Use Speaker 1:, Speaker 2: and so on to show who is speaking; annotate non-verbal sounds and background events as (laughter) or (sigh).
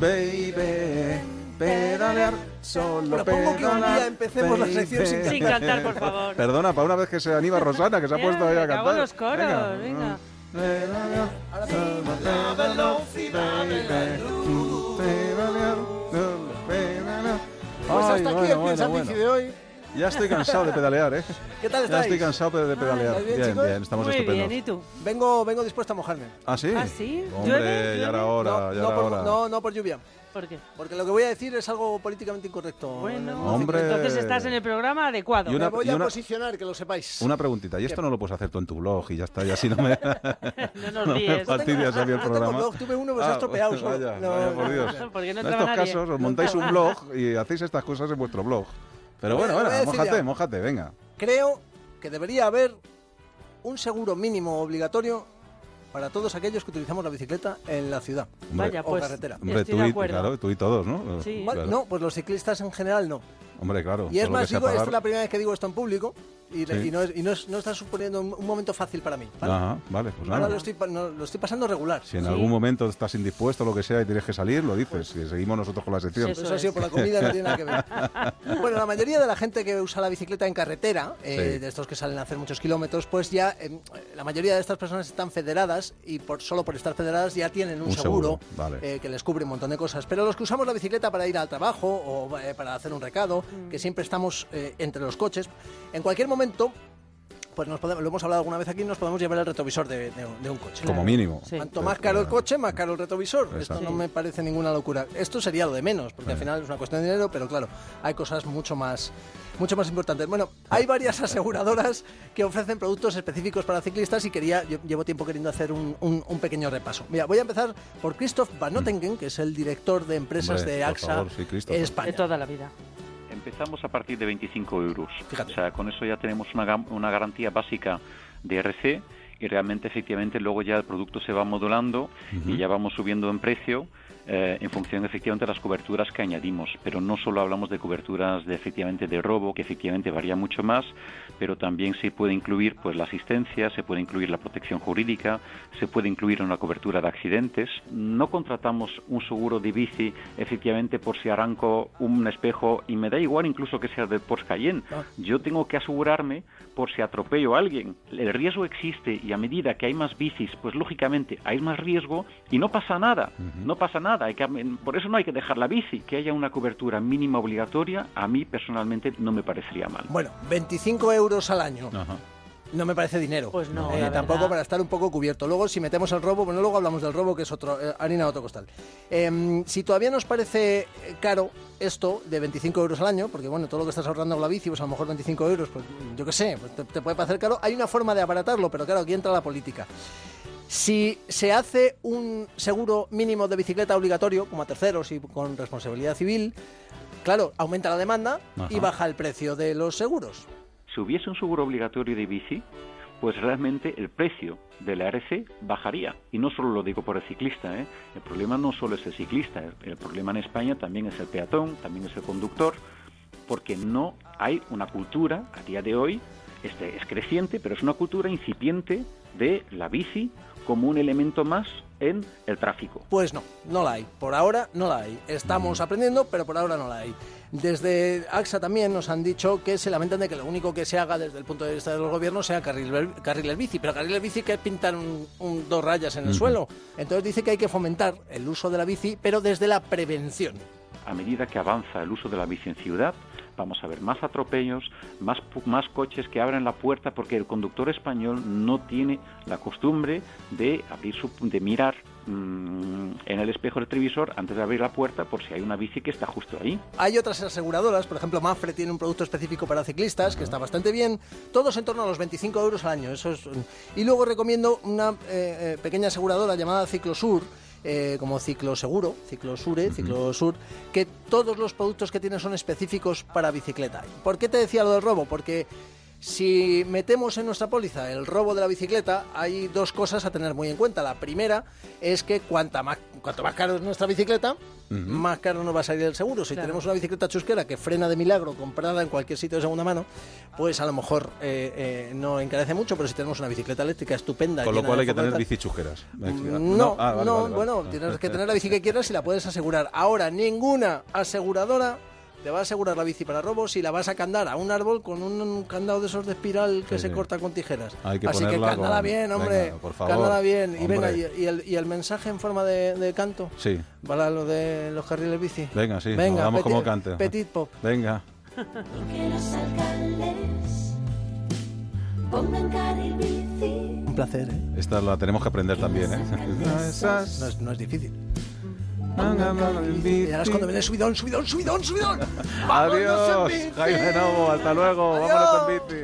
Speaker 1: Baby, pedalear solo.
Speaker 2: Propongo que un
Speaker 1: pedalar,
Speaker 2: día empecemos la sección sin
Speaker 1: baby.
Speaker 3: Sin cantar, por favor.
Speaker 1: Perdona, para una vez que se anima Rosana, que se ha
Speaker 3: Ya,
Speaker 1: puesto ahí a
Speaker 3: me acabo
Speaker 1: cantar.
Speaker 3: los coros, venga.
Speaker 1: Pedalear solo, pedalear, baby. Pedalear solo, pedalear.
Speaker 2: Pues
Speaker 1: Ay,
Speaker 2: hasta aquí el
Speaker 1: bueno, bueno,
Speaker 2: piensa
Speaker 1: bueno.
Speaker 2: bici de hoy.
Speaker 1: Ya estoy cansado de pedalear, ¿eh?
Speaker 2: (laughs) ¿Qué tal
Speaker 1: Ya
Speaker 2: estáis?
Speaker 1: estoy cansado de pedalear.
Speaker 2: ¿estáis bien,
Speaker 1: Bien,
Speaker 2: chicos?
Speaker 1: bien, estamos
Speaker 3: Muy
Speaker 1: estupendos.
Speaker 3: bien, ¿y tú?
Speaker 2: Vengo, vengo dispuesto a mojarme.
Speaker 1: ¿Ah, sí?
Speaker 3: ¿Ah, sí?
Speaker 1: Hombre,
Speaker 3: ¿Llueve?
Speaker 1: ya era
Speaker 3: ¿Llueve?
Speaker 1: hora, ya
Speaker 2: no,
Speaker 1: era
Speaker 2: por,
Speaker 1: hora.
Speaker 2: no, no por lluvia.
Speaker 3: ¿Por qué?
Speaker 2: Porque lo que voy a decir es algo políticamente incorrecto.
Speaker 3: Bueno,
Speaker 1: Hombre.
Speaker 3: entonces estás en el programa adecuado.
Speaker 1: Y
Speaker 2: Me
Speaker 1: una-
Speaker 2: voy a
Speaker 1: una-
Speaker 2: posicionar, que lo sepáis.
Speaker 1: Una preguntita, y esto no lo puedes hacer tú en tu blog y ya está, y así no me,
Speaker 3: No
Speaker 1: (laughs) no
Speaker 3: nos
Speaker 1: me
Speaker 3: líes.
Speaker 1: fastidias a mí el
Speaker 2: (laughs) No tengo
Speaker 1: programa. Ah,
Speaker 2: blog, tuve (laughs) uno, pero se ha estropeado
Speaker 1: (laughs)
Speaker 2: solo.
Speaker 1: Vaya,
Speaker 2: No,
Speaker 1: vaya,
Speaker 2: no,
Speaker 1: por
Speaker 2: no.
Speaker 1: Dios.
Speaker 3: Porque no
Speaker 1: en
Speaker 3: entraba
Speaker 1: estos
Speaker 3: nadie.
Speaker 1: casos os montáis un blog y hacéis estas cosas en vuestro blog. Pero bueno,
Speaker 2: Voy a
Speaker 1: bueno,
Speaker 2: decir
Speaker 1: mójate,
Speaker 2: ya.
Speaker 1: mójate, venga.
Speaker 2: Creo que debería haber un seguro mínimo obligatorio para todos aquellos que utilizamos la bicicleta en la ciudad.
Speaker 1: Hombre,
Speaker 3: Vaya,
Speaker 2: o
Speaker 3: pues
Speaker 2: carretera.
Speaker 1: hombre,
Speaker 3: estoy
Speaker 1: tú,
Speaker 3: de
Speaker 1: y,
Speaker 3: acuerdo.
Speaker 1: claro, tú y todos, ¿no?
Speaker 3: Sí.
Speaker 2: Ma-
Speaker 1: Claro.
Speaker 2: No, pues los ciclistas en general no.
Speaker 1: Hombre, claro.
Speaker 2: Y es
Speaker 1: todo lo que
Speaker 2: más,
Speaker 1: sea
Speaker 2: digo, esta es la
Speaker 1: pagar-
Speaker 2: primera vez que digo esto en público y, le-
Speaker 1: Sí.
Speaker 2: y no, es- y no es- no está suponiendo un, un momento fácil para mí. ¿vale?
Speaker 1: Ajá, vale, pues
Speaker 2: Ahora
Speaker 1: nada.
Speaker 2: lo estoy, pa- no, lo estoy pasando regular.
Speaker 1: Si en
Speaker 3: Sí.
Speaker 1: algún momento estás indispuesto o lo que sea y tienes que salir, lo dices. Y seguimos nosotros con la sección.
Speaker 2: Pero
Speaker 3: Sí, Eso
Speaker 2: Eso ha sido
Speaker 3: es.
Speaker 2: por la comida, no tiene nada que
Speaker 3: (laughs)
Speaker 2: ver. Bueno, la mayoría de la gente que usa la bicicleta en carretera, eh,
Speaker 1: Sí.
Speaker 2: de estos que salen a hacer muchos kilómetros, pues ya eh, la mayoría de estas personas están federadas y por solo por estar federadas ya tienen un,
Speaker 1: Un seguro,
Speaker 2: seguro,
Speaker 1: vale.
Speaker 2: eh, que les cubre un montón de cosas. Pero los que usamos la bicicleta para ir al trabajo o eh, para hacer un recado,
Speaker 3: Mm.
Speaker 2: que siempre estamos eh, entre los coches, en cualquier momento, pues nos podemos, lo hemos hablado alguna vez aquí, nos podemos llevar el retrovisor de, de un- de un coche.
Speaker 1: Como mínimo.
Speaker 3: Sí.
Speaker 2: Cuanto más caro el coche, más caro el retrovisor.
Speaker 1: Exacto.
Speaker 2: Esto no me parece ninguna locura. Esto sería lo de menos, porque al final es una cuestión de dinero, pero claro, hay cosas mucho más, mucho más importantes. Bueno, hay varias aseguradoras que ofrecen productos específicos para ciclistas y quería, yo llevo tiempo queriendo hacer un, un- un pequeño repaso. Mira, voy a empezar por Christoph Van Otengen, que es el director de empresas
Speaker 1: Hombre,
Speaker 2: de
Speaker 1: por
Speaker 2: AXA
Speaker 1: favor, sí, Christoph.
Speaker 3: De
Speaker 2: España.
Speaker 3: toda la vida.
Speaker 4: Empezamos a partir de 25 euros.
Speaker 2: Fíjate.
Speaker 4: O sea, con eso ya tenemos una, gam- una garantía básica de RC y realmente, efectivamente, luego ya el producto se va modulando y ya vamos subiendo en precio eh, en función, efectivamente, de las coberturas que añadimos. Pero no solo hablamos de coberturas de, efectivamente, de robo, que efectivamente varía mucho más, pero también se puede incluir, pues, la asistencia, se puede incluir la protección jurídica, se puede incluir una cobertura de accidentes. No contratamos un seguro de bici, efectivamente, por si arranco un espejo y me da igual incluso que sea de Porsche Cayenne.
Speaker 2: Ah.
Speaker 4: Yo tengo que asegurarme por si atropello a alguien. El riesgo existe y a medida que hay más bicis, pues lógicamente hay más riesgo y no pasa nada. No pasa nada. Hay que- por eso no hay que dejar la bici. Que haya una cobertura mínima obligatoria, a mí personalmente no me parecería mal.
Speaker 2: Bueno, 25 euros al año.
Speaker 1: Ajá.
Speaker 2: No me parece dinero.
Speaker 3: Pues no,
Speaker 2: Eh,
Speaker 3: la
Speaker 2: tampoco
Speaker 3: verdad.
Speaker 2: para estar un poco cubierto. Luego, si metemos el robo, bueno, luego hablamos del robo, que es otro, eh, harina de otro costal. Em, si todavía nos parece eh, caro esto de 25 euros al año, porque bueno, todo lo que estás ahorrando con la bici, pues a lo mejor 25 euros, pues yo qué sé, pues, te, te puede parecer caro. Hay una forma de abaratarlo, pero claro, aquí entra la política. Si se hace un seguro mínimo de bicicleta obligatorio, como a terceros y con responsabilidad civil, claro, aumenta la demanda y
Speaker 1: Ajá.
Speaker 2: baja el precio de los seguros.
Speaker 4: Si hubiese un seguro obligatorio de bici, pues realmente el precio de la RC bajaría. Y no solo lo digo por el ciclista, ¿eh? el problema no solo es el ciclista, el, el problema en España también es el peatón, también es el conductor, porque no hay una cultura a día de hoy, este, es creciente, pero es una cultura incipiente de la bici como un elemento más en el tráfico.
Speaker 2: Pues no, no la hay. Por ahora no la hay. Estamos aprendiendo, pero por ahora no la hay. Desde AXA también nos han dicho que se lamentan de que lo único que se haga desde el punto de vista de los gobiernos sea carril- carriles bici. Pero carriles bici que es pintar un- un- dos rayas en el suelo. Entonces dice que hay que fomentar el uso de la bici, pero desde la prevención.
Speaker 4: a medida que avanza el uso de la bici en ciudad, vamos a ver más atropellos, más, pu- más coches que abren la puerta porque el conductor español no tiene la costumbre de abrir su, de mirar mm, en el espejo del retrovisor antes de abrir la puerta por si hay una bici que está justo ahí.
Speaker 2: Hay otras aseguradoras, por ejemplo, Mafre tiene un producto específico para ciclistas que está bastante bien, todos en torno a los 25 euros al año. Eso es, y luego recomiendo una eh, eh, pequeña aseguradora llamada Ciclosur. eh, como cicloseguro, ciclosure, ciclosur, que todos los productos que tiene son específicos para bicicleta. ¿Por qué te decía lo del robo? Porque Si metemos en nuestra póliza el robo de la bicicleta, hay dos cosas a tener muy en cuenta. La primera es que cuanta más, cuanto más caro es nuestra bicicleta, más caro nos va a salir el seguro. Si
Speaker 3: Claro.
Speaker 2: tenemos una bicicleta chusquera que frena de milagro, comprada en cualquier sitio de segunda mano, pues a lo mejor eh, eh, no encarece mucho, pero si tenemos una bicicleta eléctrica estupenda...
Speaker 1: Con lo
Speaker 2: llena
Speaker 1: cual
Speaker 2: de
Speaker 1: hay que tener
Speaker 2: fotovoltaica-
Speaker 1: bicichusqueras.
Speaker 2: Mm, no,
Speaker 1: Ah, vale,
Speaker 2: no,
Speaker 1: vale, vale.
Speaker 2: bueno,
Speaker 1: Ah.
Speaker 2: tienes que tener la bici que quieras y la puedes asegurar. Ahora, ninguna aseguradora te va a asegurar la bici para robos y la vas a candar a un árbol con un candado de esos de espiral que
Speaker 1: Sí,
Speaker 2: se
Speaker 1: sí.
Speaker 2: corta con tijeras.
Speaker 1: Hay que
Speaker 2: Así que
Speaker 1: ponerla
Speaker 2: cándala
Speaker 1: con-
Speaker 2: bien, hombre.
Speaker 1: Venga, por favor,
Speaker 2: cándala bien. Y, venga,
Speaker 1: hombre.
Speaker 2: y, y el, y el mensaje en forma de, de canto
Speaker 1: Sí.
Speaker 2: para lo de los carriles bici.
Speaker 1: Venga, sí, nos damos como cante.
Speaker 2: Petit Pop.
Speaker 1: Venga.
Speaker 5: Que los alcaldes pongan carril bici.
Speaker 2: Un placer, ¿eh?
Speaker 1: Esta la tenemos que aprender también, ¿eh?
Speaker 2: No es, no es difícil. Y ahora es cuando viene
Speaker 1: Adiós, (laughs)
Speaker 2: el subidón, subidón, subidón, subidón. Vámonos en bici.
Speaker 1: Jaime Novo, hasta luego,
Speaker 2: Adiós.
Speaker 1: vámonos en bici.